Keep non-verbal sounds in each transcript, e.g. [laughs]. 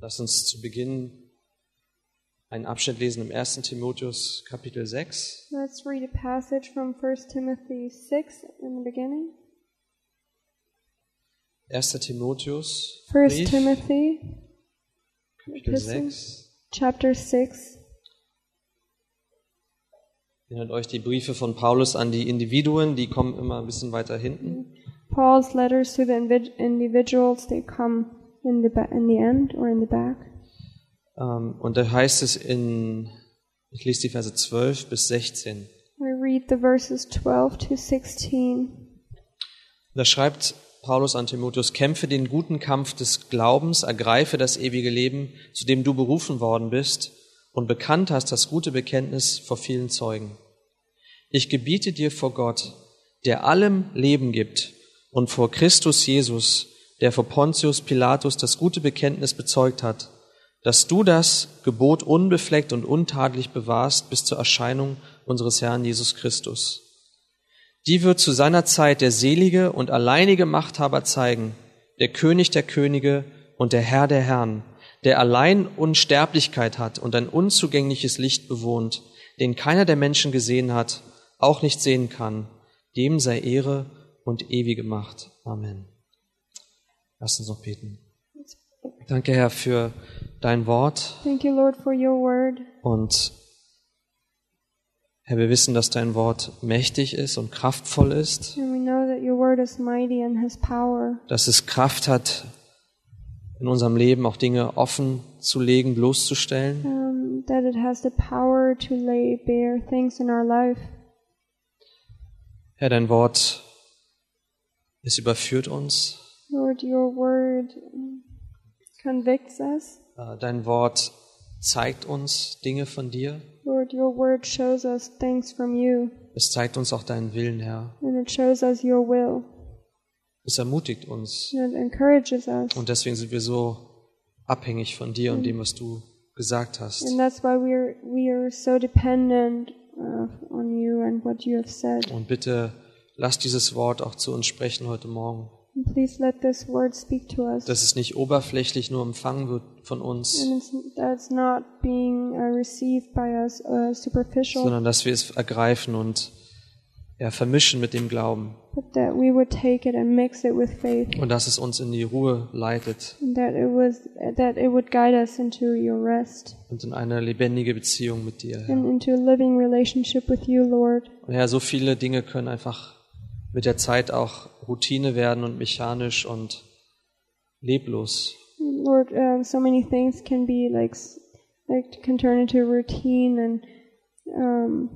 Lass uns zu Beginn einen Abschnitt lesen im 1. Timotheus Kapitel 6. Let's read a passage from 1 Timothy 6 in the beginning. 1. Timotheus 1 Brief, Timothy Kapitel 6. chapter 6. Erinnert euch die Briefe von Paulus an die Individuen, die kommen immer ein bisschen weiter hinten. Paul's letters to the invid- individuals they come in the ba- in the end or in the back. Ähm, Und da heißt es in, ich lese die Verse 12 bis 16. We read the verses 12 to 16. Da schreibt Paulus an Timotheus, kämpfe den guten Kampf des Glaubens, ergreife das ewige Leben, zu dem du berufen worden bist und bekannt hast das gute Bekenntnis vor vielen Zeugen. Ich gebiete dir vor Gott, der allem Leben gibt, und vor Christus Jesus, der vor Pontius Pilatus das gute Bekenntnis bezeugt hat, dass du das Gebot unbefleckt und untadelig bewahrst bis zur Erscheinung unseres Herrn Jesus Christus. Die wird zu seiner Zeit der selige und alleinige Machthaber zeigen, der König der Könige und der Herr der Herren, der allein Unsterblichkeit hat und ein unzugängliches Licht bewohnt, den keiner der Menschen gesehen hat, auch nicht sehen kann. Dem sei Ehre und ewige Macht. Amen. Lass uns noch beten. Danke, Herr, für dein Wort Thank you, Lord, for your word. und Herr, wir wissen, dass dein Wort mächtig ist und kraftvoll ist. And we know that your word is mighty and has power. dass es Kraft hat, in unserem Leben auch Dinge offen zu legen, bloßzustellen. Um, that it has the power to lay bare things in our life. Herr, dein Wort, es überführt uns. Lord, your word um, convicts us. Äh, Dein Wort zeigt uns Dinge von dir. Lord, your word shows us things from you, Es zeigt uns auch deinen Willen, Herr. and it shows us your will, Es ermutigt uns. and it encourages us. Und deswegen sind wir so abhängig von dir und dem, was du gesagt hast. And that's why we are, we are so dependent uh, on you and what you have said. Und bitte lass dieses Wort auch zu uns sprechen heute Morgen. And please let this word speak to us. Dass es nicht oberflächlich nur empfangen wird von uns, and it's, that's not being uh, received by us uh, superficial, sondern dass wir es ergreifen und ja, vermischen mit dem Glauben but that we would take it and mix it with faith, und dass es uns in die Ruhe leitet and that it was that it would guide us into your rest und in eine lebendige Beziehung mit dir. Herr. and into a living relationship with you, Lord. Und Herr, so viele Dinge können einfach mit der Zeit auch Routine werden und mechanisch und leblos. Lord, um, so many things can be like s- like can turn into routine and um,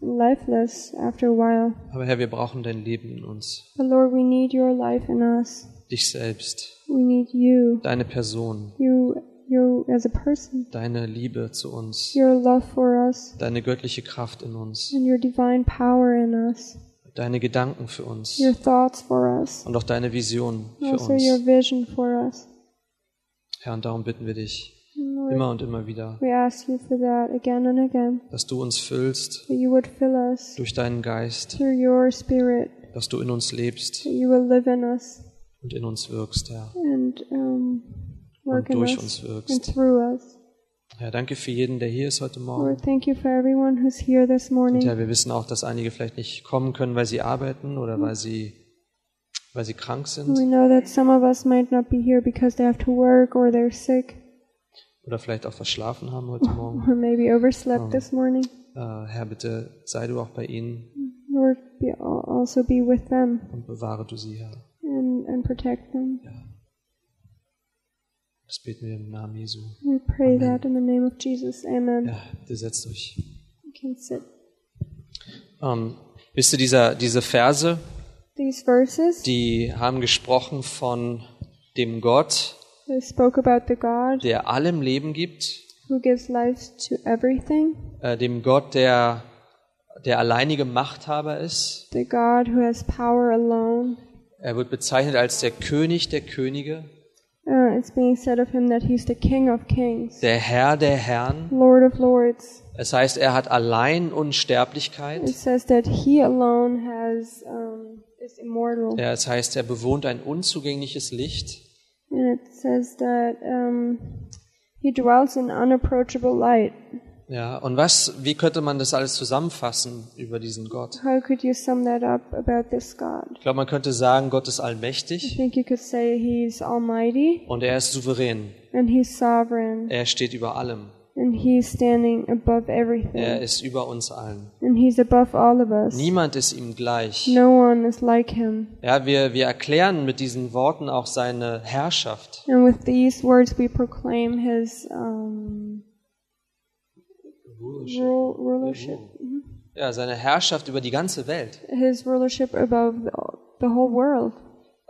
lifeless after a while. Aber Herr, wir brauchen dein Leben in uns, But Lord, we need your life in us. dich selbst, We need you, deine Person, you, you as a person, deine Liebe zu uns, your love for us, deine göttliche Kraft in uns, and your divine power in us, deine Gedanken für uns your thoughts for us, und auch deine Vision and für also your uns. vision for us. Herr, und darum bitten wir dich, And Lord, immer und immer wieder, we ask you for that again and again, dass du uns füllst that you would fill us durch deinen Geist, through your spirit, dass du in uns lebst that you will live in us. und in uns wirkst, Herr. and um, work Und in durch us uns wirkst. and through us. Herr, danke für jeden, der hier ist heute Lord, Morgen. thank you for everyone who's here this Und morning. Herr, wir wissen auch, dass einige vielleicht nicht kommen können, weil sie arbeiten oder weil sie, weil sie krank We sind know that some of us might not be here because they have to work or they're sick oder vielleicht auch verschlafen haben heute Morgen. or maybe overslept this morning. Äh, Herr, bitte sei du auch bei ihnen Lord, be, al- also be with them und bewahre du sie, Herr. and, and protect them. Das beten wir im Namen Jesu. We pray that in the name of Jesus. Amen. Ja, bitte setzt euch. You can sit. Ähm, wisst ihr, dieser, diese Verse, These verses, die haben gesprochen von dem Gott, they spoke about the God der allem Leben gibt, who gives life to everything, äh, dem Gott, der der alleinige Machthaber ist. the God who has power alone. Er wird bezeichnet als der König der Könige, Uh, it's being said of him that he's the King of Kings. der Herr der Herren. Lord of Lords. Es heißt, er hat allein Unsterblichkeit. It says that He alone has um, is immortal, Ja, es heißt, er bewohnt ein unzugängliches Licht. and it says that um, He dwells in unapproachable light. Ja, und was, wie könnte man das alles zusammenfassen über diesen Gott? How could you sum that up about this God? Ich glaube, man könnte sagen, Gott ist I allmächtig think you could say he's almighty und er ist souverän. and he's sovereign Er steht über allem. and he's standing above Er everything ist über uns allen. and he's above all of us. Niemand ist ihm gleich. No one is like him. Ja, wir, wir erklären mit diesen Worten auch seine Herrschaft. And with these words, we proclaim his um, rule, rulership, Ja, seine Herrschaft über die ganze Welt. his rulership above the, the whole world,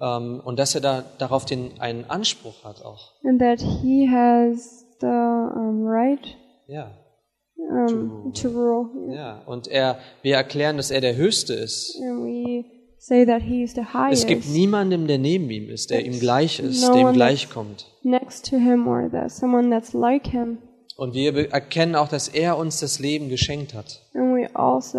Ähm, und dass er da, darauf den, einen Anspruch hat auch. and that he has the um, right Ja, um, to rule. ja. Und er, wir erklären, dass er der Höchste ist. And we say that he is the Es highest, gibt niemanden, der neben ihm ist, der ihm gleich ist, No der ihm one gleich kommt. next to him, or that someone that's like him. Und wir be- erkennen auch, dass er uns das Leben geschenkt hat. And we also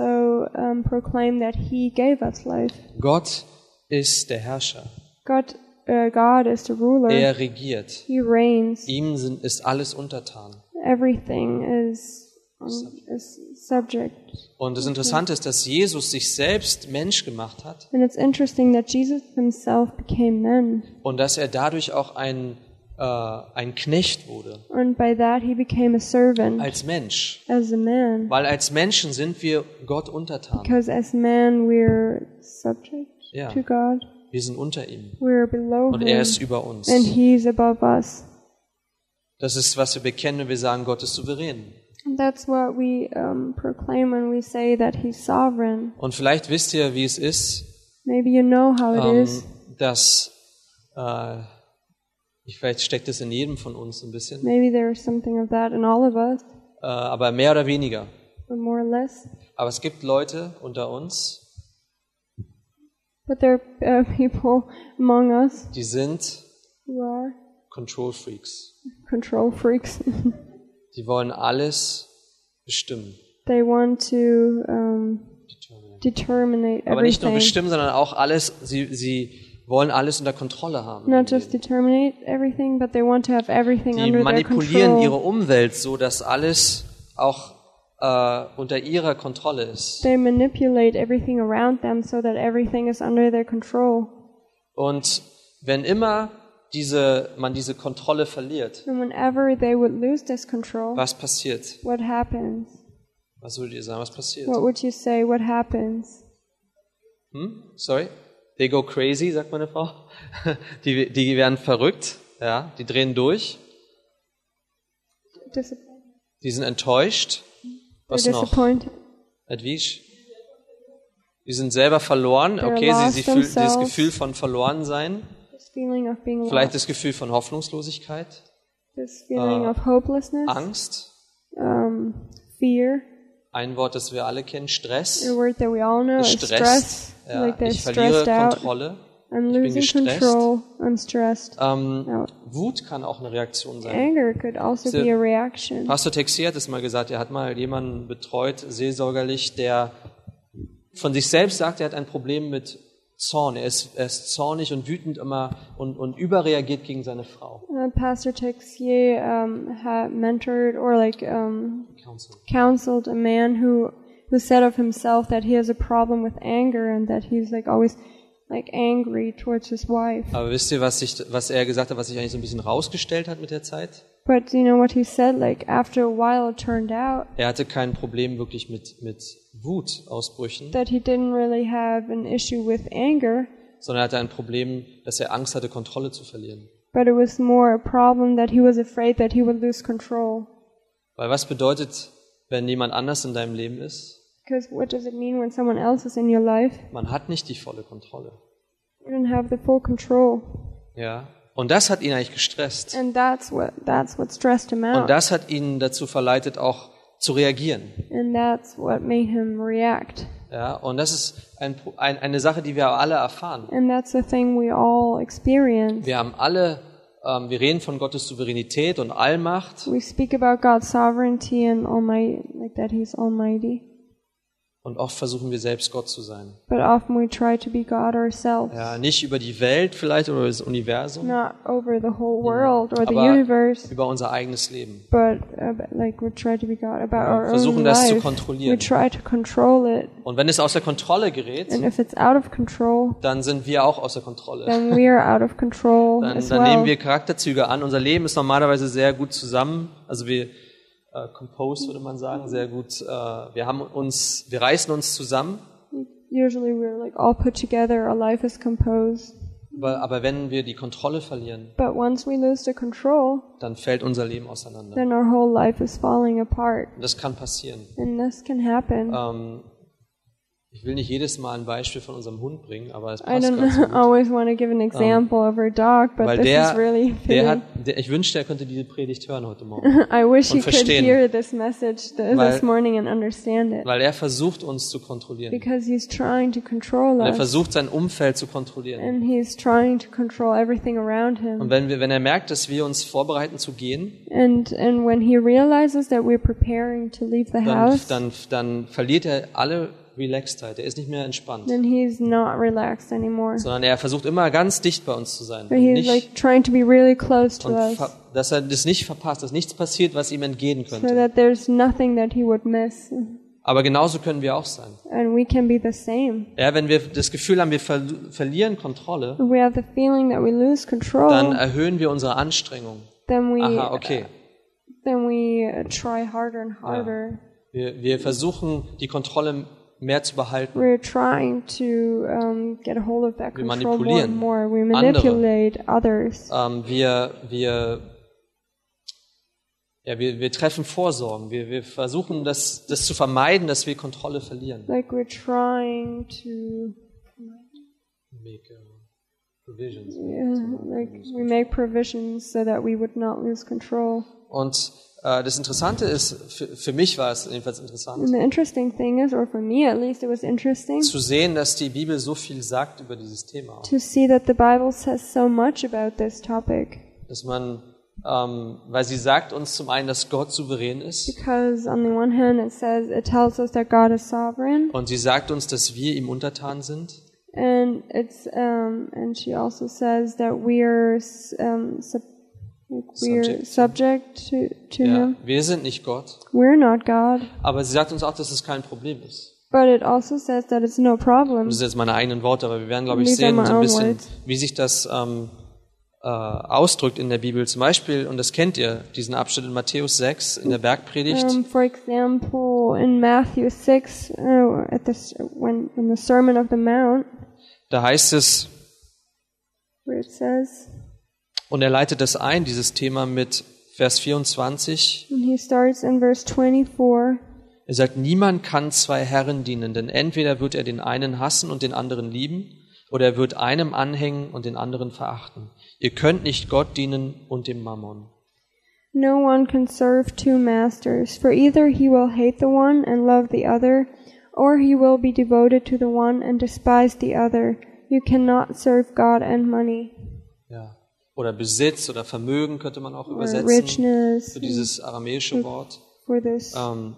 um, proclaim that he gave us life. Gott ist der Herrscher. God, uh, God is the ruler. Er regiert. He reigns. Ihm sind, ist alles untertan. everything is um, is subject. Und das Interessante ist, dass Jesus sich selbst Mensch gemacht hat And it's interesting that Jesus himself became man, und dass er dadurch auch ein, äh, ein Knecht wurde, and by that he became a servant als Mensch. as a man. Weil als Menschen sind wir Gott untertan. Because as man we're subject Ja. to God, Wir sind unter ihm we're below und er him, ist über uns. and he's above us. Das ist, was wir bekennen, wenn wir sagen, Gott ist souverän. And that's what we um, proclaim when we say that he's sovereign. Und vielleicht wisst ihr, wie es ist, Maybe you know how it ähm, is. dass äh, ich, vielleicht steckt es in jedem von uns ein bisschen, Maybe there's something of that in all of us, äh, aber mehr oder weniger. or more or less. Aber es gibt Leute unter uns, But there are uh, [laughs] people among us die sind who are Control Freaks. control freaks. [laughs] Die wollen alles bestimmen. they want to um, determine Aber nicht nur everything. bestimmen, sondern auch alles, sie, sie wollen alles unter Kontrolle haben. Not just determine everything, but they want to have everything Die under their manipulieren ihre control. Umwelt so, dass alles auch äh, unter ihrer Kontrolle ist. They manipulate everything around them so that everything is under their control. Und wenn immer diese, man diese Kontrolle verliert, And whenever they would lose this control, was passiert? what happens? Was würdet ihr sagen, was passiert? What would you say? What happens? Hm? Sorry? They go crazy, sagt meine Frau. [laughs] Die, die werden verrückt, ja, die drehen durch, Dis- die sind enttäuscht. Was they're noch? disappointed. Edwige? Die sind selber verloren, They're okay, sie, lost sie fühlen das themselves. Gefühl von verloren sein, This feeling of being vielleicht lost. das Gefühl von Hoffnungslosigkeit, This feeling uh, of hopelessness. Angst, Um, fear. ein Wort, das wir alle kennen, Stress, A word that we all know is Stress, genau, stress. ja, like they're ich verliere stressed out. Kontrolle, I'm ich bin losing gestresst. control. I'm stressed. Ähm, Ja. Wut kann auch eine Reaktion sein. Anger could also So- be a reaction. Pastor Texier hat es mal gesagt, er hat mal jemanden betreut, seelsorgerlich, der von sich selbst sagt, er hat ein Problem mit Zorn. Er ist, er ist zornig und wütend immer und, und überreagiert gegen seine Frau. Uh, Pastor Texier um, had mentored or like um, Counsel. counseled a man who who said of himself that he has a problem with anger and that he's like always like angry towards his wife. Aber wisst ihr, was, ich, was er gesagt hat, was sich eigentlich so ein bisschen rausgestellt hat mit der Zeit? But you know what he said? Like after a while, it turned out Er hatte kein Problem wirklich mit, mit Wutausbrüchen, that he didn't really have an issue with anger. sondern er hatte ein Problem, dass er Angst hatte, Kontrolle zu verlieren. But it was more a problem that he was afraid that he would lose control. Weil was bedeutet, wenn jemand anders in deinem Leben ist? Because what does it mean when someone else is in your life? Man hat nicht die volle Kontrolle. You don't have the full control. Ja. Und das hat ihn eigentlich gestresst. And that's what that's what stressed him Und out. das hat ihn dazu verleitet, auch zu reagieren. and that's what made him react. Ja. Und das ist ein, Pro- ein, eine Sache, die wir alle erfahren. And that's the thing we all experience. Wir haben alle, ähm, wir reden von Gottes Souveränität und Allmacht. We speak about God's sovereignty and almighty like that he's almighty. Und oft versuchen wir selbst Gott zu sein. But often we try to be God ourselves, Ja, nicht über die Welt vielleicht oder das Universum, not over the whole world or the Aber- universe, über unser eigenes Leben. but ab- like we try to be God about Wir our versuchen own das zu life. We kontrollieren. try to control it, Und wenn es außer Kontrolle gerät, and if it's out of control, dann sind wir auch außer Kontrolle. then we are out of control Dann, as dann nehmen well. wir Charakterzüge an. Unser Leben ist normalerweise sehr gut zusammen. Also wir äh, composed, würde man sagen, sehr gut. Äh, wir haben uns, wir reißen uns zusammen. Usually we're like all put together. Our life is composed, Aber, aber wenn wir die Kontrolle verlieren, but once we lose the control, dann fällt unser Leben auseinander. then our whole life is falling apart, Und das kann passieren. and this can happen. Ähm, ich will nicht jedes Mal ein Beispiel von unserem Hund bringen, aber es I passt ganz don't gut. [laughs] always want to give an example of our dog, but Weil this der, is really der hat, fitting. der, ich wünschte, er könnte diese Predigt hören heute Morgen, [laughs] I wish und you could verstehen. hear this message th- Weil- this morning and understand it, weil er versucht, uns zu kontrollieren. because he's trying to control Und er us, versucht, sein Umfeld zu kontrollieren. and he's trying to control everything around Und him. wenn, wir, wenn er merkt, dass wir uns vorbereiten zu gehen, And and when he realizes that we're preparing to leave the dann, house, dann, dann verliert er alle Relaxedheit. Er ist nicht mehr entspannt, then he's not relaxed anymore. sondern er versucht immer ganz dicht bei uns zu sein. But Und, he's nicht, like trying to be really close to und us, ver, dass er das nicht verpasst, dass nichts passiert, was ihm entgehen so könnte. that there's nothing that he would miss, Aber genauso können wir auch sein. and we can be the same. Ja, wenn wir das Gefühl haben, wir verl- verlieren Kontrolle, If we have the feeling that we lose control, dann erhöhen wir unsere Anstrengung. then we uh, Aha, okay. then we uh, try harder and harder. Wir, wir versuchen, die Kontrolle mehr zu behalten. We're trying to um, get a hold of that Wir control more and manipulieren more. We andere. manipulate others. Ähm, wir, wir, ja, wir, wir treffen Vorsorgen. Wir, wir versuchen, das, das zu vermeiden, dass wir Kontrolle verlieren. Like we're trying to, Make, uh, provisions. yeah, like we make provisions so that we would not lose control. Und äh, das Interessante ist, für, für mich war es jedenfalls interessant, And the interesting thing is, or for me at least, it was interesting zu sehen, dass die Bibel so viel sagt über dieses Thema. to see that the Bible says so much about this topic. Dass man, ähm, weil sie sagt uns zum einen, dass Gott souverän ist Because on the one hand, it says it tells us that God is sovereign, und sie sagt uns, dass wir ihm untertan sind. and it's um, and she also says that we are s- um, sub- like we're Subject. subject, to to Ja, Him. wir sind nicht Gott, We're not God, aber sie sagt uns auch, dass es kein Problem ist. but it also says that it's no problem. Das sind jetzt meine eigenen Worte, aber wir werden, glaube ich, These sehen, are my so ein own bisschen, words. wie sich das ähm, äh, ausdrückt in der Bibel. Zum Beispiel, und das kennt ihr, diesen Abschnitt in Matthäus 6 in der Bergpredigt. Um, for example, in Matthew six, uh, at this when in the Sermon of the Mount, Da heißt es, where it says, und er leitet das ein, dieses Thema mit Vers 24. and he starts in verse twenty four. Er sagt, niemand kann zwei Herren dienen, denn entweder wird er den einen hassen und den anderen lieben, oder er wird einem anhängen und den anderen verachten. Ihr könnt nicht Gott dienen und dem Mammon. No one can serve two masters, for either he will hate the one and love the other, or he will be devoted to the one and despise the other. You cannot serve God and money, Ja. Oder Besitz oder Vermögen könnte man auch or übersetzen. richness, für dieses aramäische Wort. for this Ähm,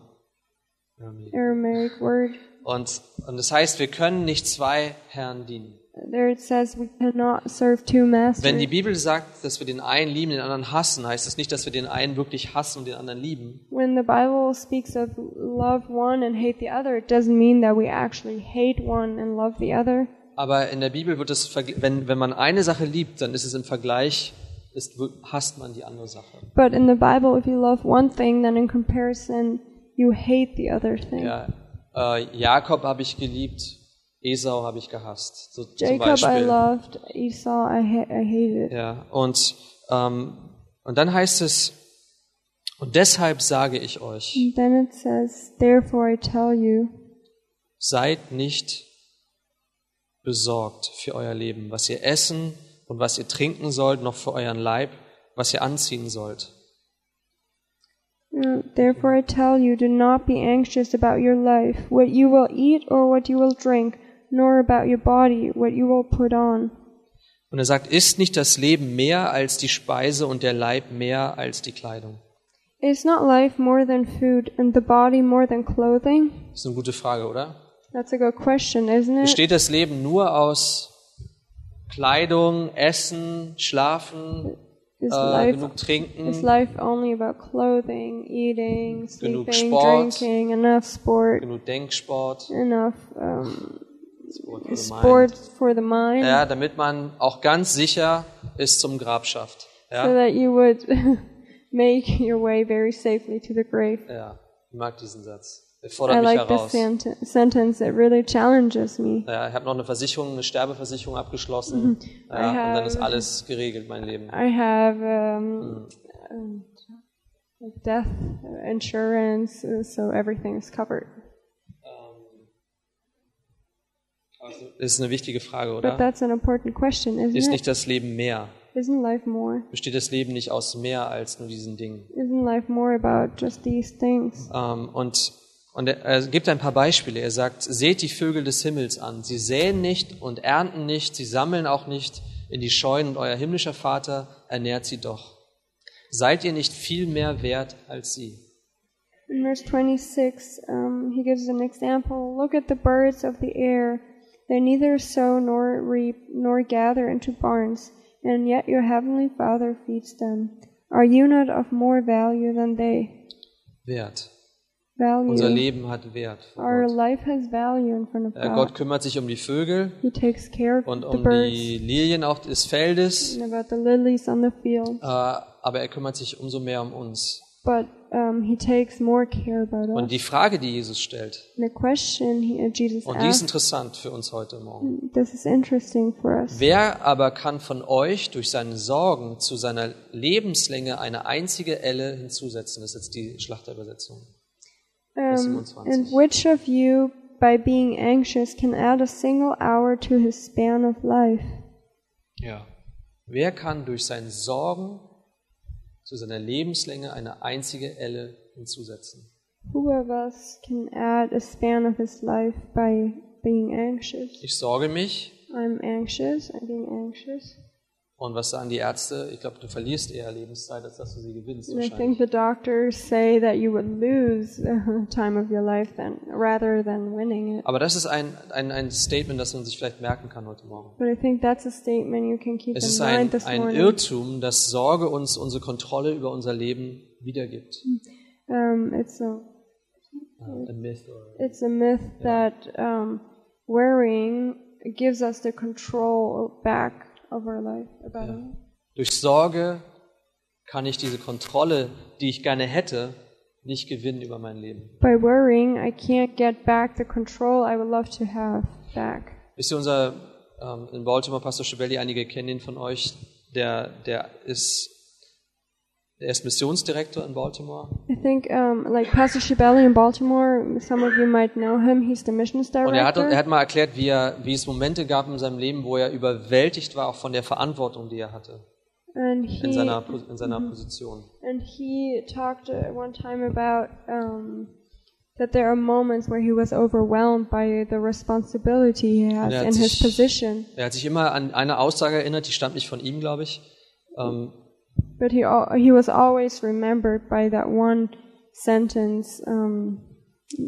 Aramaic word. und, und das heißt, wir können nicht zwei Herren dienen. There it says we cannot serve Wenn two die masters. Bibel sagt, dass wir den einen lieben, den anderen hassen, heißt es nicht, dass wir den einen wirklich hassen und den anderen lieben, When the Bible speaks of love one and hate the other, it doesn't mean that we actually hate one and love the other. aber in der Bibel wird es, vergl- wenn, wenn man eine Sache liebt, dann ist es im Vergleich, ist, hasst man die andere Sache. But in the Bible, if you love one thing, then in comparison, you hate the other thing. Ja, äh, Jakob habe ich geliebt, Esau habe ich gehasst, so zum Jacob I Beispiel. loved, Esau I, ha- I hated. Ja, und, ähm, und dann heißt es, und deshalb sage ich euch, And then it says, Therefore I tell you, Seid nicht besorgt für euer Leben, was ihr essen und was ihr trinken sollt, noch für euren Leib, was ihr anziehen sollt. uh, therefore I tell you, do not be anxious about your life, what you will eat or what you will drink, nor about your body, what you will put on. Und er sagt, ist nicht das Leben mehr als die Speise und der Leib mehr als die Kleidung? Is not life more than food and the body more than clothing? Das ist eine gute Frage, oder? That's a good question, isn't it? Besteht das Leben nur aus Kleidung, Essen, Schlafen, Is äh, life genug is Trinken, life only about clothing, eating, Genug sleeping, Sport. drinking, enough sport, genug Denksport? enough um, Das Wort für Mind. sports for the mind, Ja, damit man auch ganz sicher es zum Grab schafft. so Ja, that you would [laughs] make your way very safely to the grave. ja. ich mag diesen Satz. Er I fordert mich like this heraus. senten- sentence. It really challenges me. Ja, ich habe noch eine Versicherung, eine Sterbeversicherung abgeschlossen. Mhm. Ja, und dann ist alles geregelt, mein Leben. I have um, um, death insurance, uh, so everything is covered. Also, ist eine wichtige Frage, But oder? that's an important question, isn't Ist it? nicht das Leben mehr? Isn't life more? Besteht das Leben nicht aus mehr als nur diesen Dingen? Isn't life more about just these things? Ähm, und und er, er gibt ein paar Beispiele. Er sagt, seht die Vögel des Himmels an. Sie säen nicht und ernten nicht, sie sammeln auch nicht in die Scheunen und euer himmlischer Vater ernährt sie doch. Seid ihr nicht viel mehr wert als sie? In verse 26, um, he gives an example. Look at the birds of the air. They neither sow nor reap nor gather into barns, and yet your heavenly Father feeds them. Are you not of more value than they? Wert. Unser Value. Leben hat Wert. vor Our Gott. life has value in front of Äh, Gott God. kümmert sich um die Vögel He takes care of und the um birds die Lilien auch des Feldes, and about the lilies on the field, äh, aber er kümmert sich umso mehr um uns. but um, he takes more care about Und us. die Frage, die Jesus stellt, The question he, uh, Jesus und die ist asked, interessant für uns heute Morgen. this is interesting for us. Wer aber kann von euch durch seine Sorgen zu seiner Lebenslänge eine einzige Elle hinzusetzen? Das ist jetzt die Schlachterübersetzung. Um, 27. and which of you, by being anxious, can add a single hour to his span of life? Ja. Wer kann durch seine Sorgen zu seiner Lebenslänge eine einzige Elle hinzusetzen? Who of us can add a span of his life by being anxious? Ich sorge mich, I'm anxious. I'm being anxious. Und was sagen die Ärzte? Ich glaube, du verlierst eher Lebenszeit, als dass du sie gewinnst. And I Wahrscheinlich. think the doctors say that you would lose uh, [laughs] time of your life then, rather than winning it. Aber das ist ein, ein, ein Statement, das man sich vielleicht merken kann heute Morgen. But I think that's a statement you can keep Es ist in mind ein, this ein morning. Irrtum, dass Sorge uns unsere Kontrolle über unser Leben wiedergibt. Äh, Um, it's a A myth or- It's a myth that um, worrying gives us the control back of our life about it. Durch Sorge kann ich diese Kontrolle, die ich gerne hätte, nicht gewinnen über mein Leben. By worrying, I can't get back the control I would love to have back. Wisst ihr, unser ähm, in Baltimore Pastor Schiavelli, einige kennen ihn von euch, der, der ist, der ist Missionsdirektor in Baltimore. I think, um, like Pastor Shibeli in Baltimore, some of you might know him. He's the missions Und er hat, director. er hat mal erklärt, wie, er, wie es Momente gab in seinem Leben, wo er überwältigt war, auch von der Verantwortung, die er hatte and in he seiner, Po- in Mhm. seiner Position. and he talked uh, one time about um, that there are moments where he was overwhelmed by the responsibility he has Ja, in his sich- position. Er hat sich immer an eine Aussage erinnert, die stammt nicht von ihm, glaube ich. Ähm, But he al- he was always remembered by that one sentence. Um,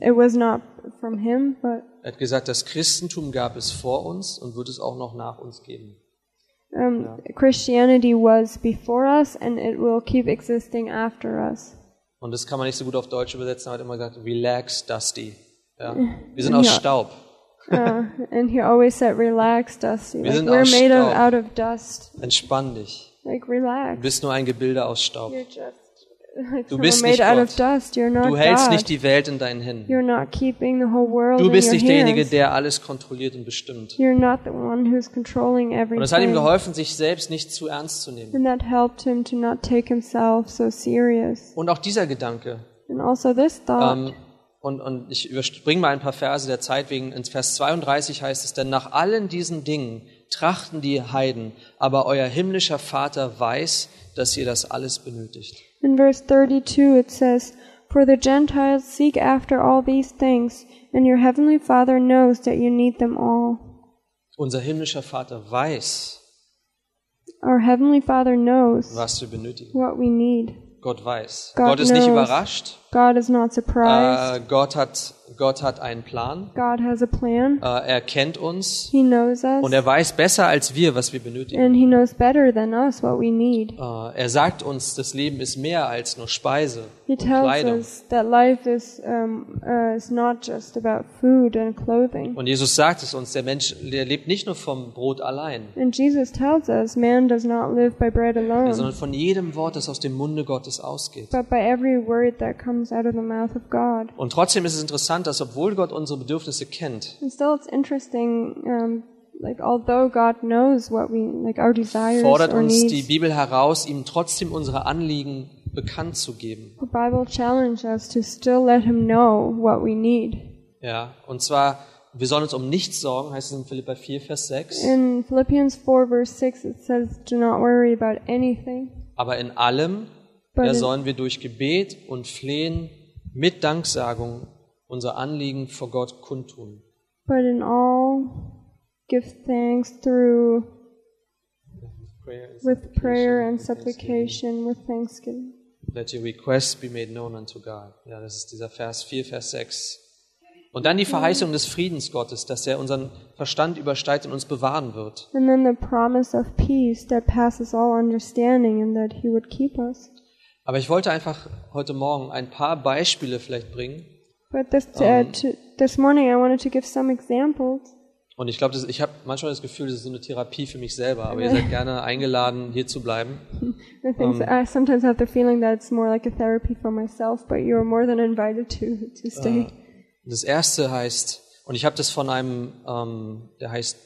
it was not from him, but er hat gesagt, das Christentum gab es vor uns und wird es auch noch nach uns geben. um, Christianity was before us, and it will keep existing after us. Und das kann man nicht so gut auf Deutsch übersetzen, er hat immer gesagt, relax, Dusty. Ja? Wir sind aus Ja. Staub. And he always said, "Relax, Dusty. Wir Like sind we're aus made of, Staub. out of dust. Entspann dich. Like Du relax. bist nur ein Gebilde aus Staub. You're just [laughs] like Du someone bist made nicht out Gott. of dust. You're not Du hältst God. nicht die Welt in deinen Händen. You're not keeping the whole world Du in bist your nicht hands. derjenige, der alles kontrolliert und bestimmt. You're not the one who's controlling Und es hat ihm everything." geholfen, sich selbst nicht zu ernst zu nehmen. And that helped him to not take himself so serious. Und auch dieser Gedanke. And also this thought, Ähm, und, und ich überspringe mal ein paar Verse der Zeit wegen. In Vers 32 heißt es, denn nach allen diesen Dingen trachten die Heiden, aber euer himmlischer Vater weiß, dass ihr das alles benötigt. in verse 32, it says, For the Gentiles seek after all these things, and your heavenly Father knows that you need them all. Unser himmlischer Vater weiß, Our heavenly Father knows was wir benötigen. what we need. Gott weiß. God Gott ist nicht knows. überrascht. God is not surprised. Äh, Gott, hat, Gott hat einen Plan. God has a plan. Äh, er kennt uns He knows us. und er weiß besser als wir, was wir benötigen. And He knows better than us what we need. Äh, er sagt uns, das Leben ist mehr als nur Speise He und tells Kleidung. us that life is, um, uh, is not just about food and clothing. Und Jesus sagt es uns, der Mensch der lebt nicht nur vom Brot allein, And Jesus tells us man does not live by bread sondern alone, von jedem Wort, das aus dem Munde Gottes ausgeht. but by every word that comes out of the mouth of God. Und trotzdem ist es interessant, dass obwohl Gott unsere Bedürfnisse kennt, And still, it's interesting. Um, like, although God knows what we like, our desires fordert or uns needs, die Bibel heraus, ihm trotzdem unsere Anliegen bekannt zu geben. the Bible challenges us to still let Him know what we need. Ja, und zwar, wir sollen uns um nichts sorgen, heißt es in Philippa 4, Vers 6, In Philippians 4, verse 6, it says, Do not worry about anything, aber in allem, Bei da den- sollen wir durch Gebet und Flehen mit Danksagung unser Anliegen vor Gott kundtun. but in all, give thanks through Prayer and with prayer and supplication. supplication with thanksgiving. Let your requests be made known unto God. Ja, das ist dieser Vers 4, Vers 6. Und dann die Verheißung des Friedens Gottes, dass er unseren Verstand übersteigt und uns bewahren wird. And then the promise of peace that passes all understanding and that He would keep us. Aber ich wollte einfach heute Morgen ein paar Beispiele vielleicht bringen. But this, uh, to, this morning, I wanted to give some examples. Und ich glaube, das- ich habe manchmal das Gefühl, das ist so eine Therapie für mich selber. Aber ihr seid gerne eingeladen, hier zu bleiben. I think so- I sometimes have the feeling that it's more like a therapy for myself, but you are more than invited to [laughs] to stay. Das erste heißt, und ich habe das von einem, ähm, der heißt,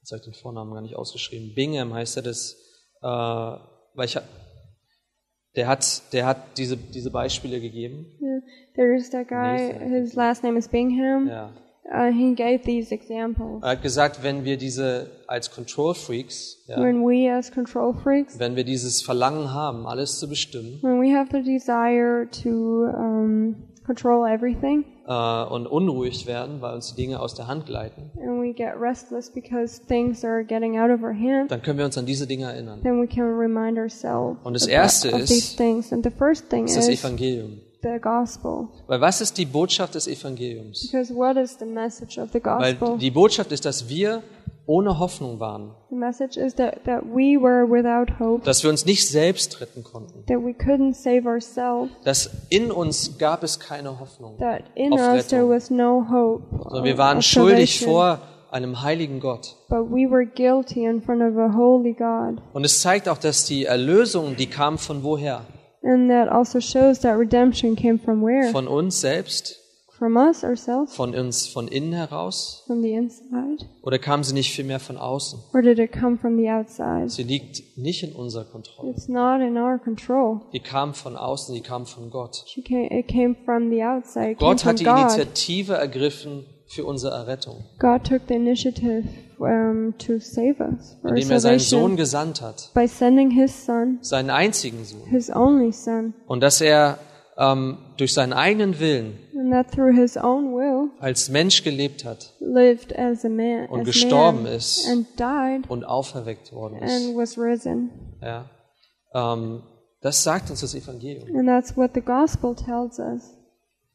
jetzt habe ich den Vornamen gar nicht ausgeschrieben, Bingham heißt er das, äh, weil ich hab, der hat, der hat diese, diese Beispiele gegeben. Yeah. There's that guy. Nathan, I His last name is Bingham. Ja. Uh, he gave these examples. Er hat gesagt, wenn wir diese als Control Freaks, ja, When we, as control freaks, wenn wir dieses Verlangen haben, alles zu bestimmen when we have the desire to um, control everything, äh, und unruhig werden, weil uns die Dinge aus der Hand gleiten, and we get restless because things are getting out of our hands, dann können wir uns an diese Dinge erinnern. then we can remind ourselves Und das about- Erste of ist- these things. And the first thing Das ist das is Evangelium. the gospel, Weil was ist die Botschaft des Evangeliums? because what is the message of the gospel? Weil die Botschaft ist, dass wir ohne Hoffnung waren, The message is that, that we were without hope, dass wir uns nicht selbst retten konnten, that we couldn't save ourselves, dass in uns gab es keine Hoffnung, that in Auf us there Rettung. was no hope. sondern um, wir waren of schuldig salvation, vor einem heiligen Gott. But we were guilty in front of a holy God. Und es zeigt auch, dass die Erlösung, die kam von woher? And that also shows that redemption came from where? Von uns selbst, from us, ourselves, von uns von innen heraus? from the inside? Oder kam sie nicht vielmehr von außen? Or did it come from the outside? Sie liegt nicht in unserer Kontrolle. It's not in our control. Die kam von außen, die kam von Gott. She came, it came from the outside. It Gott came hat from die God. Initiative ergriffen für unsere Errettung, God took the initiative um, to save us, for our indem er seinen salvation, Sohn gesandt hat. by sending His Son, seinen einzigen Sohn. His only Son, Und dass er ähm, durch seinen eigenen Willen and that through His own will als Mensch gelebt hat lived as a man, und as gestorben man ist. and died, und auferweckt worden ist. and was risen. Ja. Ähm, das sagt uns das Evangelium. And that's what the gospel tells us.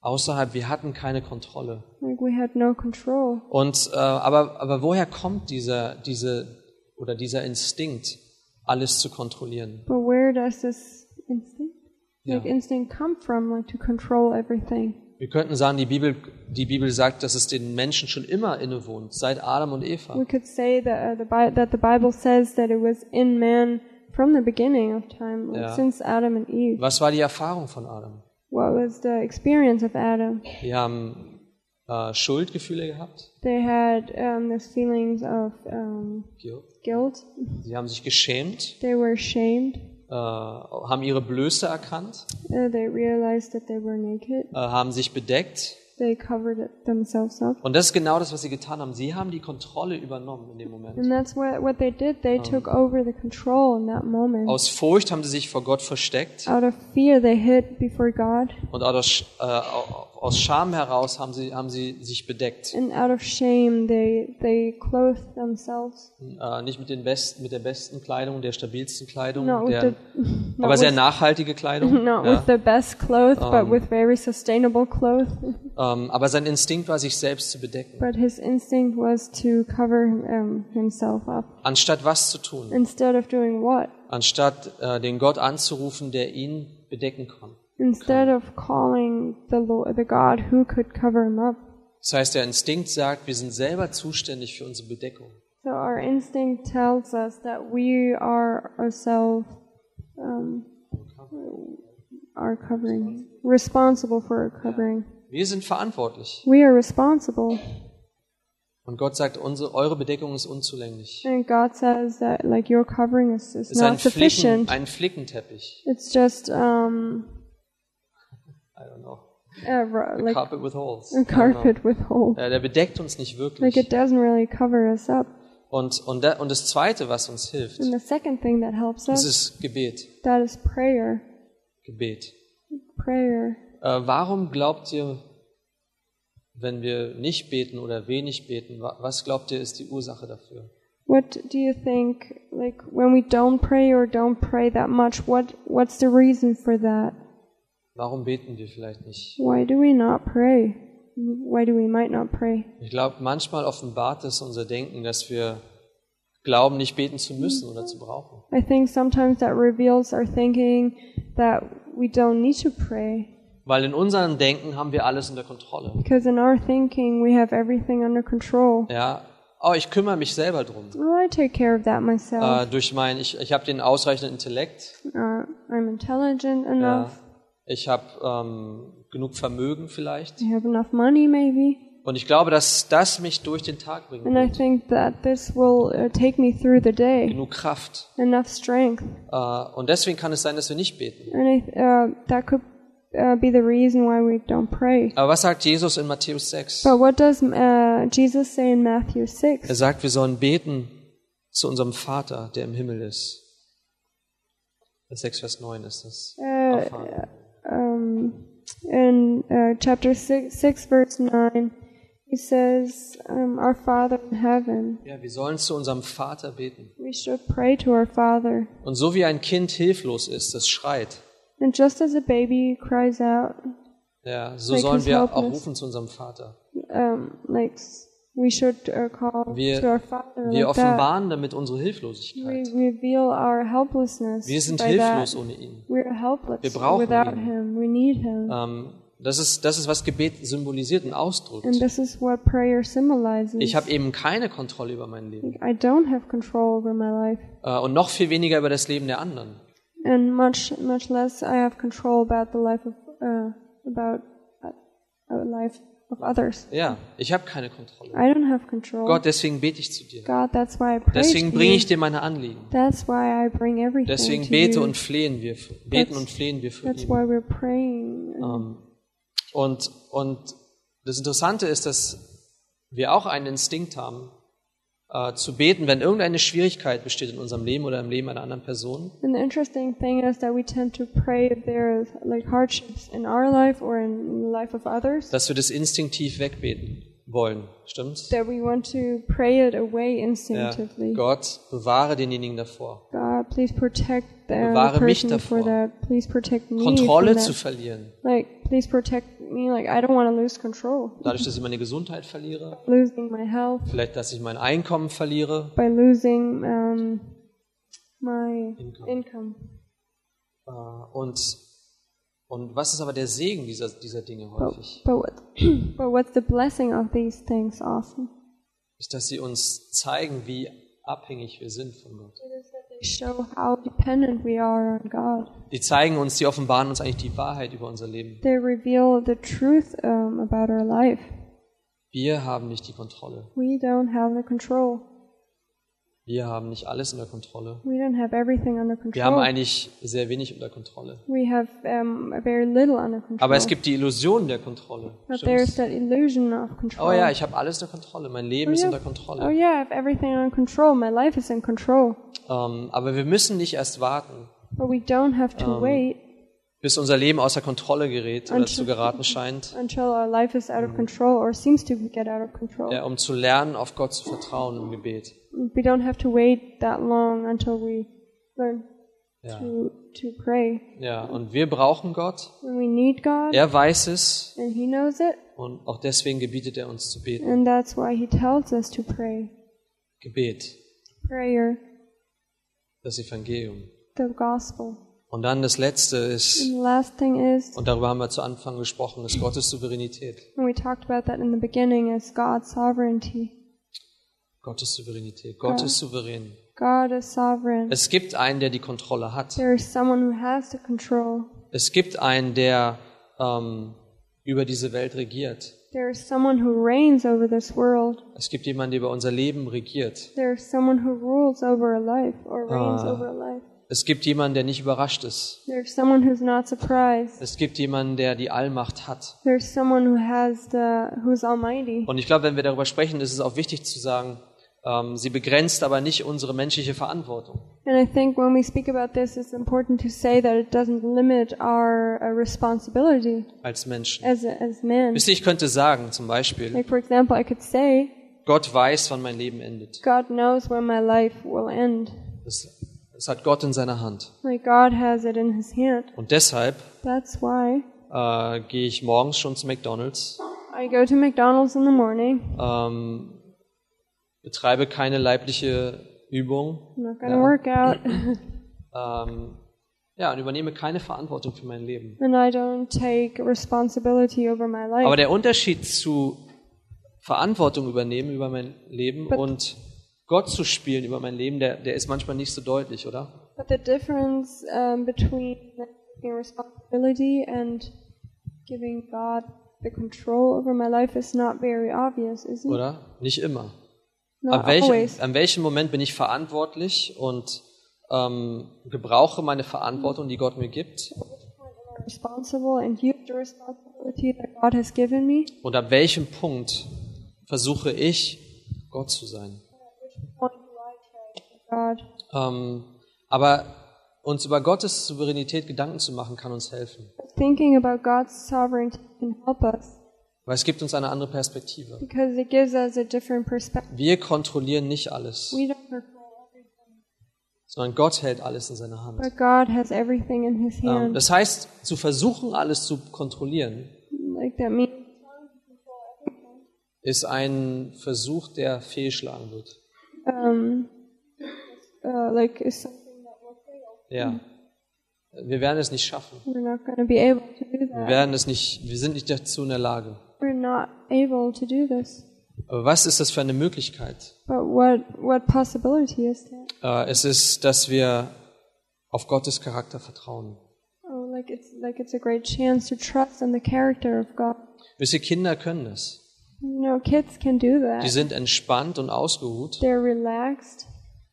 Außerhalb, wir hatten keine Kontrolle. Like we had no control. Und äh, aber, aber woher kommt dieser, diese, oder dieser Instinkt, alles zu kontrollieren? But where does this instinct, Ja. like instinct, come from? Like to control everything. Wir könnten sagen, die Bibel, die Bibel sagt, dass es den Menschen schon immer innewohnt, seit Adam und Eva. We could say that uh, the Bi- that the Bible says that it was in man from the beginning of time, like Ja. since Adam and Eve. Was war die Erfahrung von Adam? What was the experience of Adam? Die haben äh, Schuldgefühle gehabt, They had um, these feelings of um, Guilt. guilt. Sie haben sich geschämt, They were ashamed. äh, haben ihre Blöße erkannt, Uh, they realized that they were naked. äh, haben sich bedeckt. They covered it themselves up. Und das ist genau das, was sie getan haben. Sie haben die Kontrolle übernommen in dem Moment. And that's what, what they did. They took over the control in that moment. Aus Furcht haben sie sich vor Gott versteckt Out of fear, they hid before God. und auch aus, Sch- äh, au- aus Scham heraus haben sie, haben sie sich bedeckt. and out of shame they they clothe themselves Äh, nicht mit, den best, mit der besten Kleidung, der stabilsten Kleidung, not with der, the not, aber sehr with, nachhaltige [laughs] Kleidung. not ja. with the best clothes but Um, with very sustainable clothes ähm, aber sein Instinkt war, sich selbst zu bedecken. but his instinct was to cover um, himself up Anstatt was zu tun? instead of doing what Anstatt äh, den Gott anzurufen, der ihn bedecken kann. instead of calling the Lord, the God who could cover him up Das heißt, der Instinkt sagt, wir sind selber zuständig für unsere Bedeckung. so our instinct tells us that we are ourselves um, are covering responsible for our covering Wir sind verantwortlich. we are responsible Und Gott sagt, unsere, eure Bedeckung ist unzulänglich. And God says that like your covering is, is Es ist ein, not Flicken, sufficient. ein Flickenteppich. It's just um I don't know. a, ro- A like carpet with holes. I a don't know. carpet with holes. Äh, Der bedeckt uns nicht Like wirklich. it doesn't really cover us up. Und, und, da, und das Zweite, was uns hilft, And the second thing that helps das us ist Gebet. that is prayer. Gebet. Prayer. Äh, warum glaubt ihr, wenn wir nicht beten oder wenig beten, wa- was glaubt ihr ist die Ursache dafür? What do you think like when we don't pray or don't pray that much, what what's the reason for that? Warum beten wir vielleicht nicht? Why do we not pray? Why do we might not pray? Ich glaube, manchmal offenbart es unser Denken, dass wir glauben, nicht beten zu müssen oder zu brauchen. I think sometimes that reveals our thinking that we don't need to pray. Weil in unserem Denken haben wir alles unter Kontrolle. Because in our thinking, we have everything under control. Ja, oh, ich kümmere mich selber drum. Well, I take care of that myself. Äh, durch mein, ich, ich habe den ausreichenden Intellekt. Uh, I'm intelligent Ja. enough. Ich habe ähm, genug Vermögen vielleicht. I have enough money, maybe. Und ich glaube, dass das mich durch den Tag bringen And I wird. think that this will uh, take me through the day. Genug Kraft. Enough strength. Äh, und deswegen kann es sein, dass wir nicht beten. And I, uh, that could uh, be the reason why we don't pray. Aber was sagt Jesus in Matthäus 6? But what does uh, Jesus say in Matthew Er 6? sagt, wir sollen beten zu unserem Vater, der im Himmel ist. Das 6, Vers 9 ist das. Äh, Vater. um, in uh, chapter 6, 6, verse 9, he says, um, Our Father in heaven. Ja, wir sollen zu unserem Vater beten. We should pray to our Father. Und so wie ein Kind hilflos ist, das schreit, And just as a baby cries out, ja, so Like sollen he's wir auch helpless. rufen zu unserem Vater. um, like s- we should uh, call Wir- to our Father Wir like that. offenbaren damit unsere We Hilflosigkeit. reveal our helplessness Wir sind by hilflos that. ohne ihn. We're helpless Wir brauchen without ihn. Him. We need Him. Ähm, das, ist, das ist, was Gebet symbolisiert und and ausdrückt. this is what prayer symbolizes. Ich habe eben keine Kontrolle über mein Leben. I don't have control over my life, Äh, und noch viel weniger über das Leben der anderen. and much much less I have control about the life of uh, about uh, uh, life of others. Ja, ich habe keine Kontrolle. I don't have control. Gott, deswegen bete ich zu dir. God, that's why I pray Deswegen to bringe you. ich dir meine Anliegen. That's why I bring everything Deswegen to bete you. und flehen wir, für- beten That's- und flehen wir für That's ihn. why we're praying. Und, und das Interessante ist, dass wir auch einen Instinkt haben, äh, zu beten, wenn irgendeine Schwierigkeit besteht in unserem Leben oder im Leben einer anderen Person. and the interesting thing is that we tend to pray if there is like hardships in our life or in the life of others. dass wir das instinktiv wegbeten wollen. Stimmt's? That we want to pray it away Ja. instinctively. Gott, bewahre denjenigen davor. God, please protect the Bewahre mich person for davor, that. Please protect me Kontrolle from zu that. verlieren. Like, please protect me. Like, I don't want to lose control. Dadurch, dass ich meine Gesundheit verliere. Losing my health Vielleicht, dass ich mein Einkommen verliere. by losing um, my Income. income. Äh, Und, und was ist aber der Segen dieser, dieser Dinge But, häufig? but, what, [clears throat] but what's the blessing of these things often? Ist, dass sie uns zeigen, wie abhängig wir sind von Gott. It is that they show how dependent we are on God. Die zeigen uns, die offenbaren uns eigentlich die Wahrheit über unser Leben. They reveal the truth um, about our life. Wir haben nicht die Kontrolle. We don't have the control. Wir haben nicht alles unter Kontrolle. We don't have everything under Wir haben control. eigentlich sehr wenig unter Kontrolle. we have um, very little under control. Aber es gibt die Illusion der Kontrolle. but there's Stimmt's? Oh. that illusion of control. Oh ja, ich habe alles unter Kontrolle. Mein Leben Oh ist ja. unter Oh Kontrolle. yeah, I have everything under control. My life is in control. Ähm, aber wir müssen nicht erst warten, But we don't have to wait. bis unser Leben außer Kontrolle gerät oder Until- zu geraten scheint, until our life is mm. out of control or seems to get out of control. ja, um zu lernen, auf Gott zu vertrauen im Gebet. We don't have to wait that long until we learn Ja, to, to pray. ja. und wir brauchen Gott. When we need God, Er weiß es and He knows it, und auch deswegen gebietet er uns zu beten. and that's why He tells us to pray. Gebet, Prayer, das Evangelium. the gospel. Und dann das Letzte ist, And the last thing is, und darüber haben wir zu Anfang gesprochen, ist Gottes Souveränität. and we talked about that in the beginning, is God's sovereignty. Gottes Souveränität. Gott ist souverän. God is sovereign. Es gibt einen, der die Kontrolle hat. There is someone who has the control. Es gibt einen, der ähm, über diese Welt regiert. There is someone who reigns over this world. Es gibt jemanden, der über unser Leben regiert. There is someone who rules over a life or reigns Ah. over a life. Es gibt jemanden, der nicht überrascht ist. There's someone who's not surprised. Es gibt jemanden, der die Allmacht hat. There's someone who has the who's almighty. Und ich glaube, wenn wir darüber sprechen, ist es auch wichtig zu sagen, ähm, sie begrenzt aber nicht unsere menschliche Verantwortung. And I think when we speak about this, it's important to say that it doesn't limit our uh, responsibility als Menschen. as as men. Wisst ihr, ich könnte sagen, zum Beispiel, Like for example, I could say, Gott weiß, wann mein Leben endet. God knows when my life will end. Das, das hat Gott in seiner Hand. Like God has it in His hand. Und deshalb That's why äh, gehe ich morgens schon zu McDonald's, I go to McDonald's in the morning. ähm, betreibe keine leibliche Übung I'm not gonna work out, [laughs] ähm, ja, und übernehme keine Verantwortung für mein Leben. and I don't take responsibility over my life. Aber der Unterschied zu Verantwortung übernehmen über mein Leben But- und Gott zu spielen über mein Leben, der, der ist manchmal nicht so deutlich, oder? But the difference um, between taking responsibility and giving God the control over my life is not very obvious, is it? Oder? Nicht immer. An Not always. welchem, Äh, an welchem Moment bin ich verantwortlich und ähm, gebrauche meine Verantwortung, die Gott mir gibt? I'm responsible and use the responsibility that God has given me. Und ab welchem Punkt versuche ich, Gott zu sein? Why do I try to be God? Ähm, aber uns über Gottes Souveränität Gedanken zu machen, kann uns helfen. Thinking about God's sovereignty can help us Weil es gibt uns eine andere Perspektive. because it gives us a different perspective. Wir kontrollieren nicht alles, We don't control everything, sondern Gott hält alles in seiner Hand. but God has everything in His Ähm, hand. das heißt, zu versuchen, alles zu kontrollieren, Like that means ist ein Versuch, der fehlschlagen wird. um, uh, like it's something that will fail. Ja. Wir werden es nicht schaffen. We're not going to be able to do Wir that. werden es nicht, wir sind nicht dazu in der Lage. We're not able to do this. Aber was ist das für eine Möglichkeit? But what what possibility is that? Äh, Es ist, dass wir auf Gottes Charakter vertrauen. Oh, like it's like it's a great chance to trust in the character of God. Wisst ihr, Kinder können das. You know, kids can do Die that. sind entspannt und ausgeruht, They're relaxed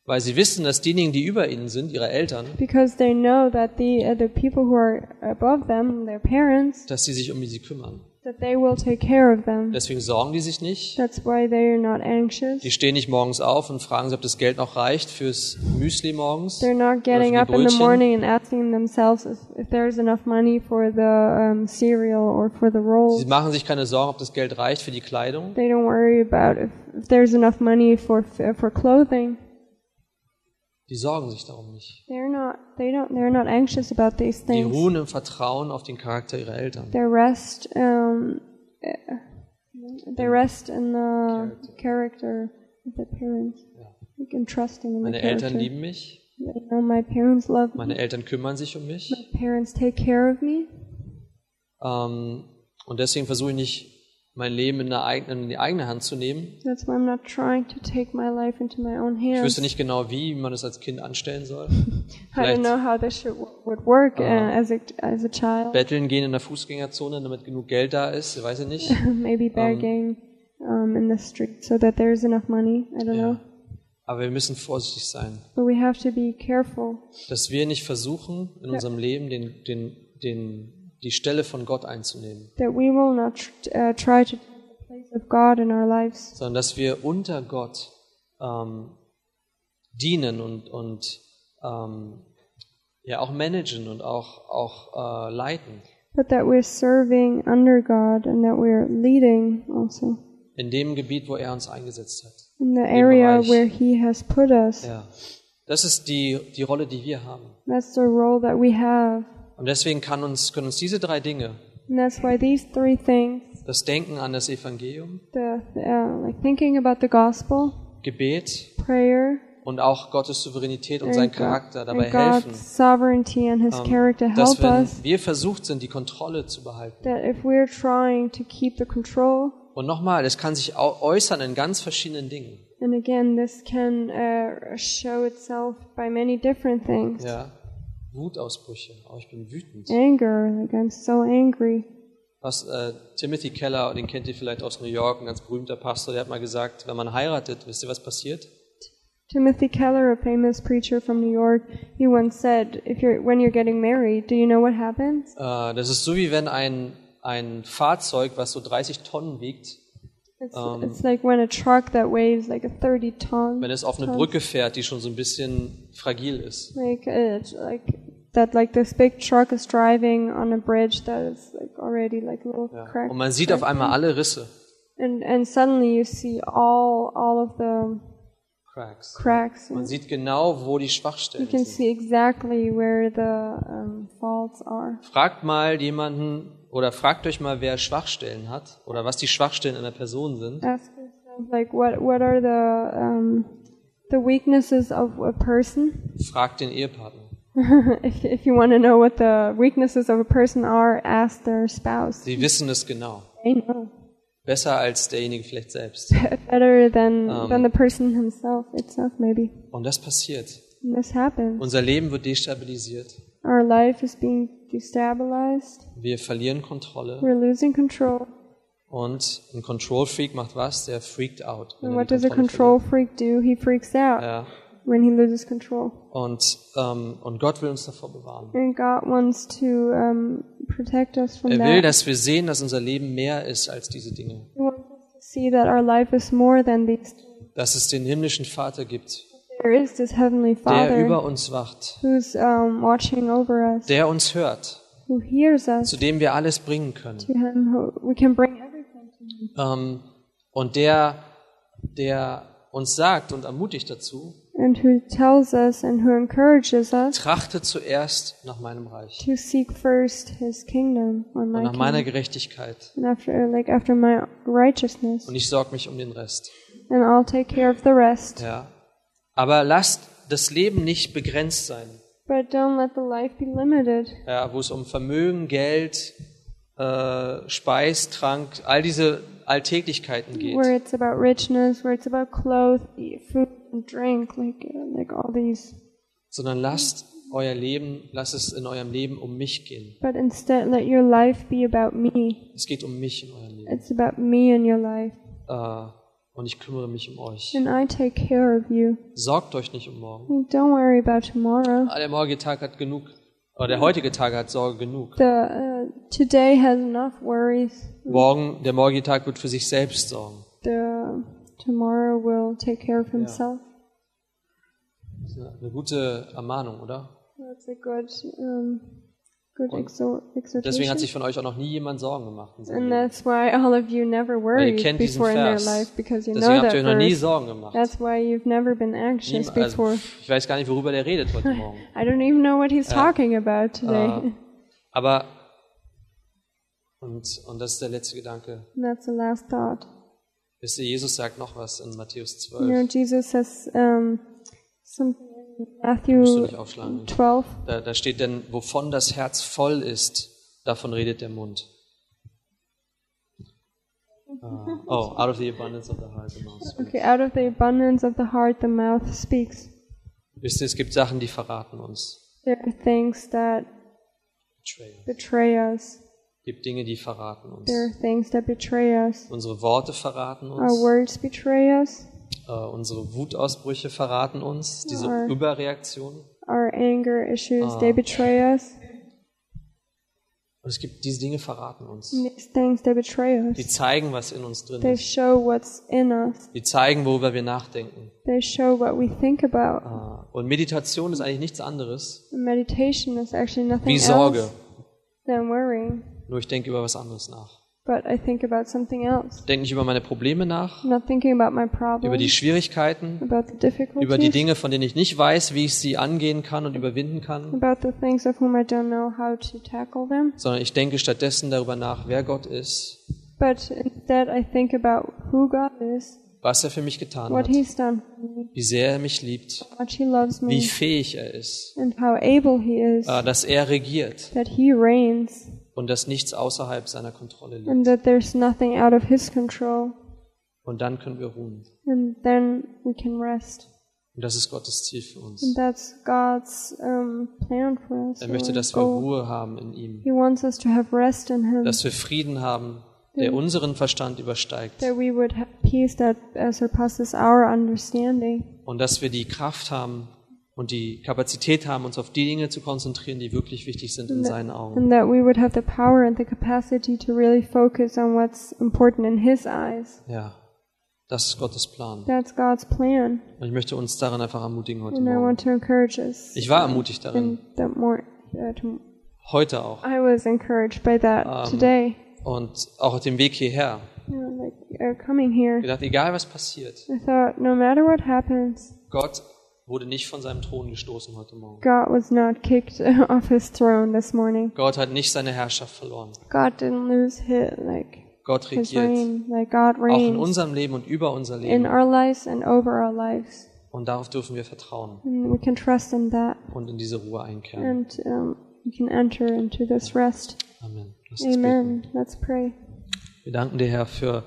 weil sie wissen, dass diejenigen, die über ihnen sind, ihre Eltern, because they know that the uh, the people who are above them, their parents, dass sie sich um sie kümmern. that they will take care of them. Deswegen sorgen die sich nicht. That's why they are not anxious. Die stehen nicht morgens auf und fragen sich, ob das Geld noch reicht fürs Müsli morgens. They're not getting Oder up für die in the Brötchen. morning and asking themselves if, if there's enough money for the um, cereal or for the Sie rolls. machen sich keine Sorgen, ob das Geld reicht für die Kleidung. They don't worry about if, if there's enough money for for clothing. Die sorgen sich darum nicht. They're not. They don't. They're not anxious about these Die things. ruhen im Vertrauen auf den Charakter ihrer Eltern. They rest. Um, eh, they rest in the character of their parents. You can trust them in Meine the Eltern character. lieben mich. You know, my parents love me. Meine Eltern kümmern sich um mich. My parents take care of me. Ähm, und deswegen versuche ich nicht, mein Leben in, der eigenen, in die eigene Hand zu nehmen. That's why I'm not trying to take my life into my own Ich hands. wüsste nicht genau, wie man es als Kind anstellen soll. I don't Vielleicht- Ah. know how this should, would work uh, as a as a child. Betteln gehen in der Fußgängerzone, damit genug Geld da ist, weiß ich nicht. [laughs] Maybe begging um, in the street so that there's enough money. I don't know. Ja. Aber wir müssen vorsichtig sein, But we have to be careful dass wir nicht versuchen, in unserem Leben den, den, den, die Stelle von Gott einzunehmen, that we will not tr- uh, try to take the place of God in our lives, sondern dass wir unter Gott ähm, dienen und, und ähm, ja auch managen und auch, auch äh, leiten, but that we're serving under God and that we're leading also in dem Gebiet, wo er uns eingesetzt hat. in the area Bereich. where He has put us. Ja. Das ist die, die Rolle, die wir haben. That's the role that we have. Und deswegen kann uns, können uns diese drei Dinge, And that's why these three things das Denken an das Evangelium, the, uh, like thinking about the gospel, Gebet prayer, und auch Gottes Souveränität und sein and, God- Charakter and dabei God's helfen, sovereignty and His character ähm, dass help us. wenn wir versucht sind, die Kontrolle zu behalten. That if we're trying to keep the control, Und nochmal, es kann sich au- äußern in ganz verschiedenen Dingen. and again, this can uh, show itself by many different things. Ja. Wutausbrüche, oh, ich bin wütend. Anger, like I'm so angry. Was äh, Timothy Keller, den kennt ihr vielleicht aus New York, ein ganz berühmter Pastor, der hat mal gesagt, wenn man heiratet, wisst ihr, was passiert? Timothy Keller, a famous preacher from New York, he once said, "If you're when you're getting married, do you know what happens? Äh, das ist so wie wenn ein, ein Fahrzeug, was so 30 Tonnen wiegt, It's, it's like when a truck that weighs like a 30 ton, wenn es auf eine tons, Brücke fährt, die schon so ein bisschen fragil ist. like it, like that, like this big truck is driving on a bridge that is like already like a little crack, Und man sieht auf einmal alle Risse. and and suddenly you see all all of the Cracks. cracks. Man and sieht genau, wo die You Schwachstellen can sind. see exactly where the um, faults are. Fragt mal jemanden oder fragt euch mal, wer Schwachstellen hat oder was die Schwachstellen einer Person sind. ask yourself like what what are the um, the weaknesses of a person [laughs] Fragt den Ehepartner. if, if you want to know what the weaknesses of a person are ask their spouse Sie wissen es genau. they know Besser als derjenige vielleicht selbst. better than Um, than the person himself itself maybe Und das passiert. and this happens Unser Leben wird destabilisiert. our life is being destabilized Wir verlieren Kontrolle. we're losing control Und ein Control Freak macht was? Der freakt out. wenn and er what die does a Kontrolle control freak do he freaks out verliert. Ja. when he loses control Und, ähm, und Gott will uns davor bewahren. and god wants to um, protect us from Er will, that dass wir sehen, dass unser Leben mehr ist als diese Dinge. he wants us to see that our life is more than these Dass es den himmlischen Vater gibt, There is this Heavenly der Father über uns wacht, who's um, watching over us, der uns hört, who hears us zu dem wir alles bringen können. to Him, who we can bring everything to Ähm, Him, und der, der uns sagt und ermutigt dazu, and who tells us and who encourages us trachte zuerst nach meinem Reich to seek first His kingdom or und my nach meiner kingdom, Gerechtigkeit. and after like after my righteousness, Und ich sorge mich um den Rest. and I'll take care of the rest. Ja. Aber lasst das Leben nicht begrenzt sein, But don't let the life be limited, ja, wo es um Vermögen, Geld, äh, Speis, Trank, all diese Alltäglichkeiten where geht. it's about richness, where it's about clothes, eat, food, and drink, like uh, like all these. sondern lasst euer Leben, lasst es in eurem Leben um mich gehen. But instead, let your life be about me. Es geht um mich in eurem Leben. It's about me and your life. Äh, und ich kümmere mich um euch. And I take care of you. Sorgt euch nicht um morgen. Don't worry about tomorrow. Ah, Der morgige Tag hat genug, oder der heutige Tag hat Sorge genug. The uh, today has enough worries. Morgen, der morgige Tag wird für sich selbst sorgen. The tomorrow will take care of himself. Das ist eine eine gute Ermahnung, oder? That's a good, um, good Und exhor- Deswegen hat sich exhortation. von euch auch noch nie jemand Sorgen gemacht. in seinem And Leben. that's why all of you never Weil ihr worried kennt diesen before in your Vers. life because you Deswegen know that habt ihr euch noch nie verse. Sorgen gemacht. That's why you've never been Nie, anxious also, before. ich weiß gar nicht, worüber der redet [laughs] heute Morgen. I don't even know what he's talking about today. Äh, aber, und, und das ist der letzte Gedanke. And [laughs] that's the last thought. Wisst ihr, Jesus sagt noch was in Matthäus You know, 12. Jesus says um, something in Musst du nicht Matthew aufschlagen. 12. Da, da steht denn, wovon das Herz voll ist, davon redet der [laughs] Mund. Ah, oh, out of the abundance of the heart. the [laughs] mouth speaks. Okay, out of the abundance of the heart, the mouth speaks. Wisst ihr, es gibt Sachen, die verraten uns. There are things that Betrayal. betray us. Es gibt Dinge, die verraten uns. There are things that betray us. Unsere Worte verraten Our uns. words betray us. Äh, unsere Wutausbrüche verraten uns. Diese Our- Überreaktion. Our anger issues, they betray us. Und es gibt diese Dinge verraten uns. And these things, they betray Die us. zeigen, was in uns drin They ist. show what's in us. Die zeigen, worüber wir nachdenken. They show what we think about. Ah, Und Meditation ist eigentlich nichts anderes Meditation is actually nothing wie Sorge. else than worrying. Nur ich denke über was anderes nach. But I think about something else. Ich denke nicht über meine Probleme nach, I'm not thinking about my über die problems, Schwierigkeiten, about the über die difficulties, Dinge, von denen ich nicht weiß, wie ich sie angehen kann und überwinden kann, about the things of whom I don't know how to tackle them. sondern ich denke stattdessen darüber nach, wer Gott ist, But instead, I think about who God is, was er für mich getan hat, what He's done for me, wie sehr er mich liebt, how much He loves wie me, fähig er ist, and how able He is, äh, dass er regiert that He reigns, und dass nichts außerhalb seiner Kontrolle liegt. and that there's nothing out of His control. Und dann können wir ruhen. And then we can rest. Und das ist Gottes Ziel für uns. And that's God's um, plan for us. Er or möchte, dass wir goal. Ruhe haben in ihm, He wants us to have rest in Him, dass wir Frieden haben, der unseren Verstand übersteigt that we would have peace that uh, surpasses our understanding, und dass wir die Kraft haben und die Kapazität haben, uns auf die Dinge zu konzentrieren, die wirklich wichtig sind in seinen Augen. and that we would have the power and the capacity to really focus on what's important in His eyes. Ja, das ist Gottes Plan. That's God's plan, Und ich möchte uns daran einfach ermutigen heute and I Morgen. want to encourage us. Genau, Ich ähm, war ermutigt And darin, that more, uh, to- heute auch I was encouraged by that Um, today, und auch auf dem Weg hierher. you know, like uh, coming here. Ich dachte, egal was passiert, I thought, no matter what happens, Gott wurde nicht von seinem Thron gestoßen heute Morgen. God was not kicked [laughs] off His throne this morning. Gott hat nicht seine Herrschaft verloren. God didn't lose His like Gott His regiert. reign, like God Auch in reigns unserem Leben und über unser in Leben. our lives and over our lives. Und darauf dürfen wir vertrauen And we can trust in that, und in diese Ruhe einkehren. and um, we can enter into this rest. Amen. Lass uns beten. Amen. Let's pray. Wir danken dir, Herr, für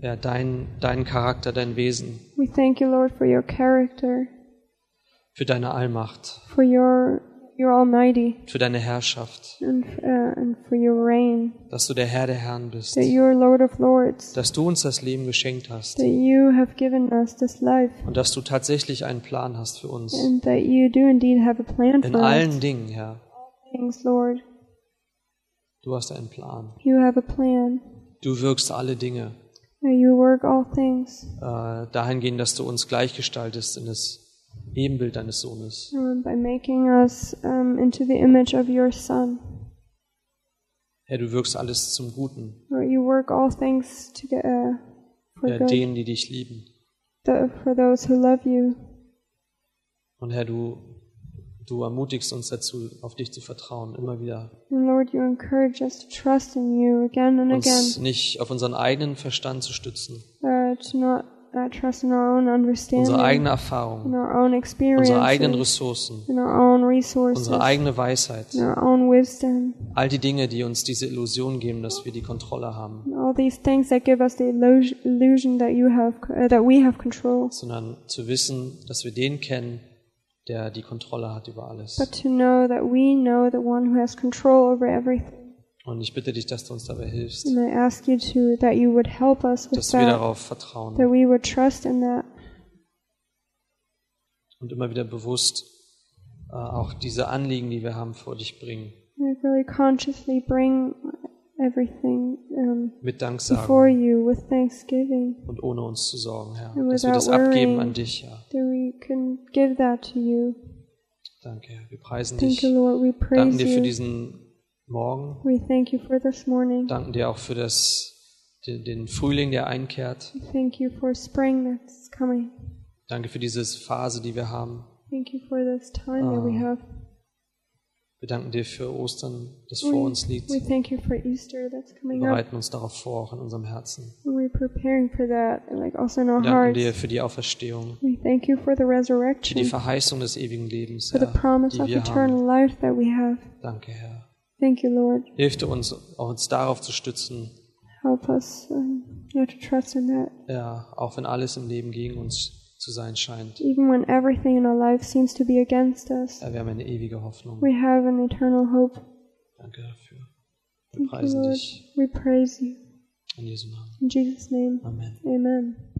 ja, deinen, deinen Charakter, dein Wesen, We thank you, Lord, for your character, für deine Allmacht, for your your Almighty, für deine Herrschaft, and uh, and for your reign. dass du der Herr der Herren bist, That you are Lord of Lords. dass du uns das Leben geschenkt hast That you have given us this life, und dass du tatsächlich einen Plan hast für uns. and that you do indeed have a plan In for us. allen Dingen, Herr, things, Lord. du hast einen Plan. You have a plan. Du wirkst alle Dinge that You work all things. äh, dahingehend, dass du uns gleichgestaltest in das Ebenbild deines Sohnes. um, by making us um, into the image of your Son. Herr, du wirkst alles zum Guten, Lord, you work all things together for Herr, good, denen, die dich lieben. tho- for those who love you. Und Herr, du, du ermutigst uns dazu, auf dich zu vertrauen, immer wieder. And Lord, you encourage us to trust in you again and again, Uns nicht auf unseren eigenen Verstand zu stützen, uh, to not uh, trust in our own unsere understanding, eigene in Erfahrung, our own experience, unsere eigenen in Ressourcen, our own resources, unsere eigene Weisheit. in our own wisdom, All die Dinge, die uns diese Illusion geben, dass wir die Kontrolle haben, and all these things that give us the illus- illusion that you have, c- uh, that we have control. sondern zu wissen, dass wir den kennen, der die Kontrolle hat über alles. But to know that we know the one who has control over everything. Und ich bitte dich, dass du uns dabei hilfst, And I ask you to that you would help us with dass wir that, darauf that vertrauen we would trust in that, und immer wieder bewusst äh, auch diese Anliegen, die wir haben, vor dich bringen. and really consciously bring everything um, Mit Dank sagen. before you with thanksgiving. und ohne uns zu sorgen, Herr. And Dass wir das without abgeben worrying. an dich, Herr. That we can give that to you. Danke, Herr. Wir preisen Thank dich. you, Lord. We Danken praise dir für you. diesen Morgen. We thank you for this morning. Danken dir auch für das, den, den Frühling, der einkehrt. We Thank you for spring that's coming. Danke für diese Phase, die wir haben. Thank you for this time that we Ah, have. Wir danken dir für Ostern, das vor uns We, liegt. we Wir thank you for Easter that's coming up. bereiten uns darauf vor, auch in unserem Herzen. And We're preparing for that, like also in our Wir danken hearts. dir für die Auferstehung, We thank you for the für die resurrection. Verheißung des ewigen Lebens, for Herr, the promise die of wir haben. eternal life that we have. Danke, Herr. Thank you, Lord. Hilf du uns, auch uns darauf zu stützen, Help us um, yeah, to trust in that, ja, auch wenn alles im Leben gegen uns zu sein scheint. even when everything in our life seems to be against us. Herr, wir haben eine ewige Hoffnung. We have an eternal hope. Danke dafür. Wir Thank you, preisen Lord. dich We praise you. in Jesu Namen. In Jesus' name, Amen. amen.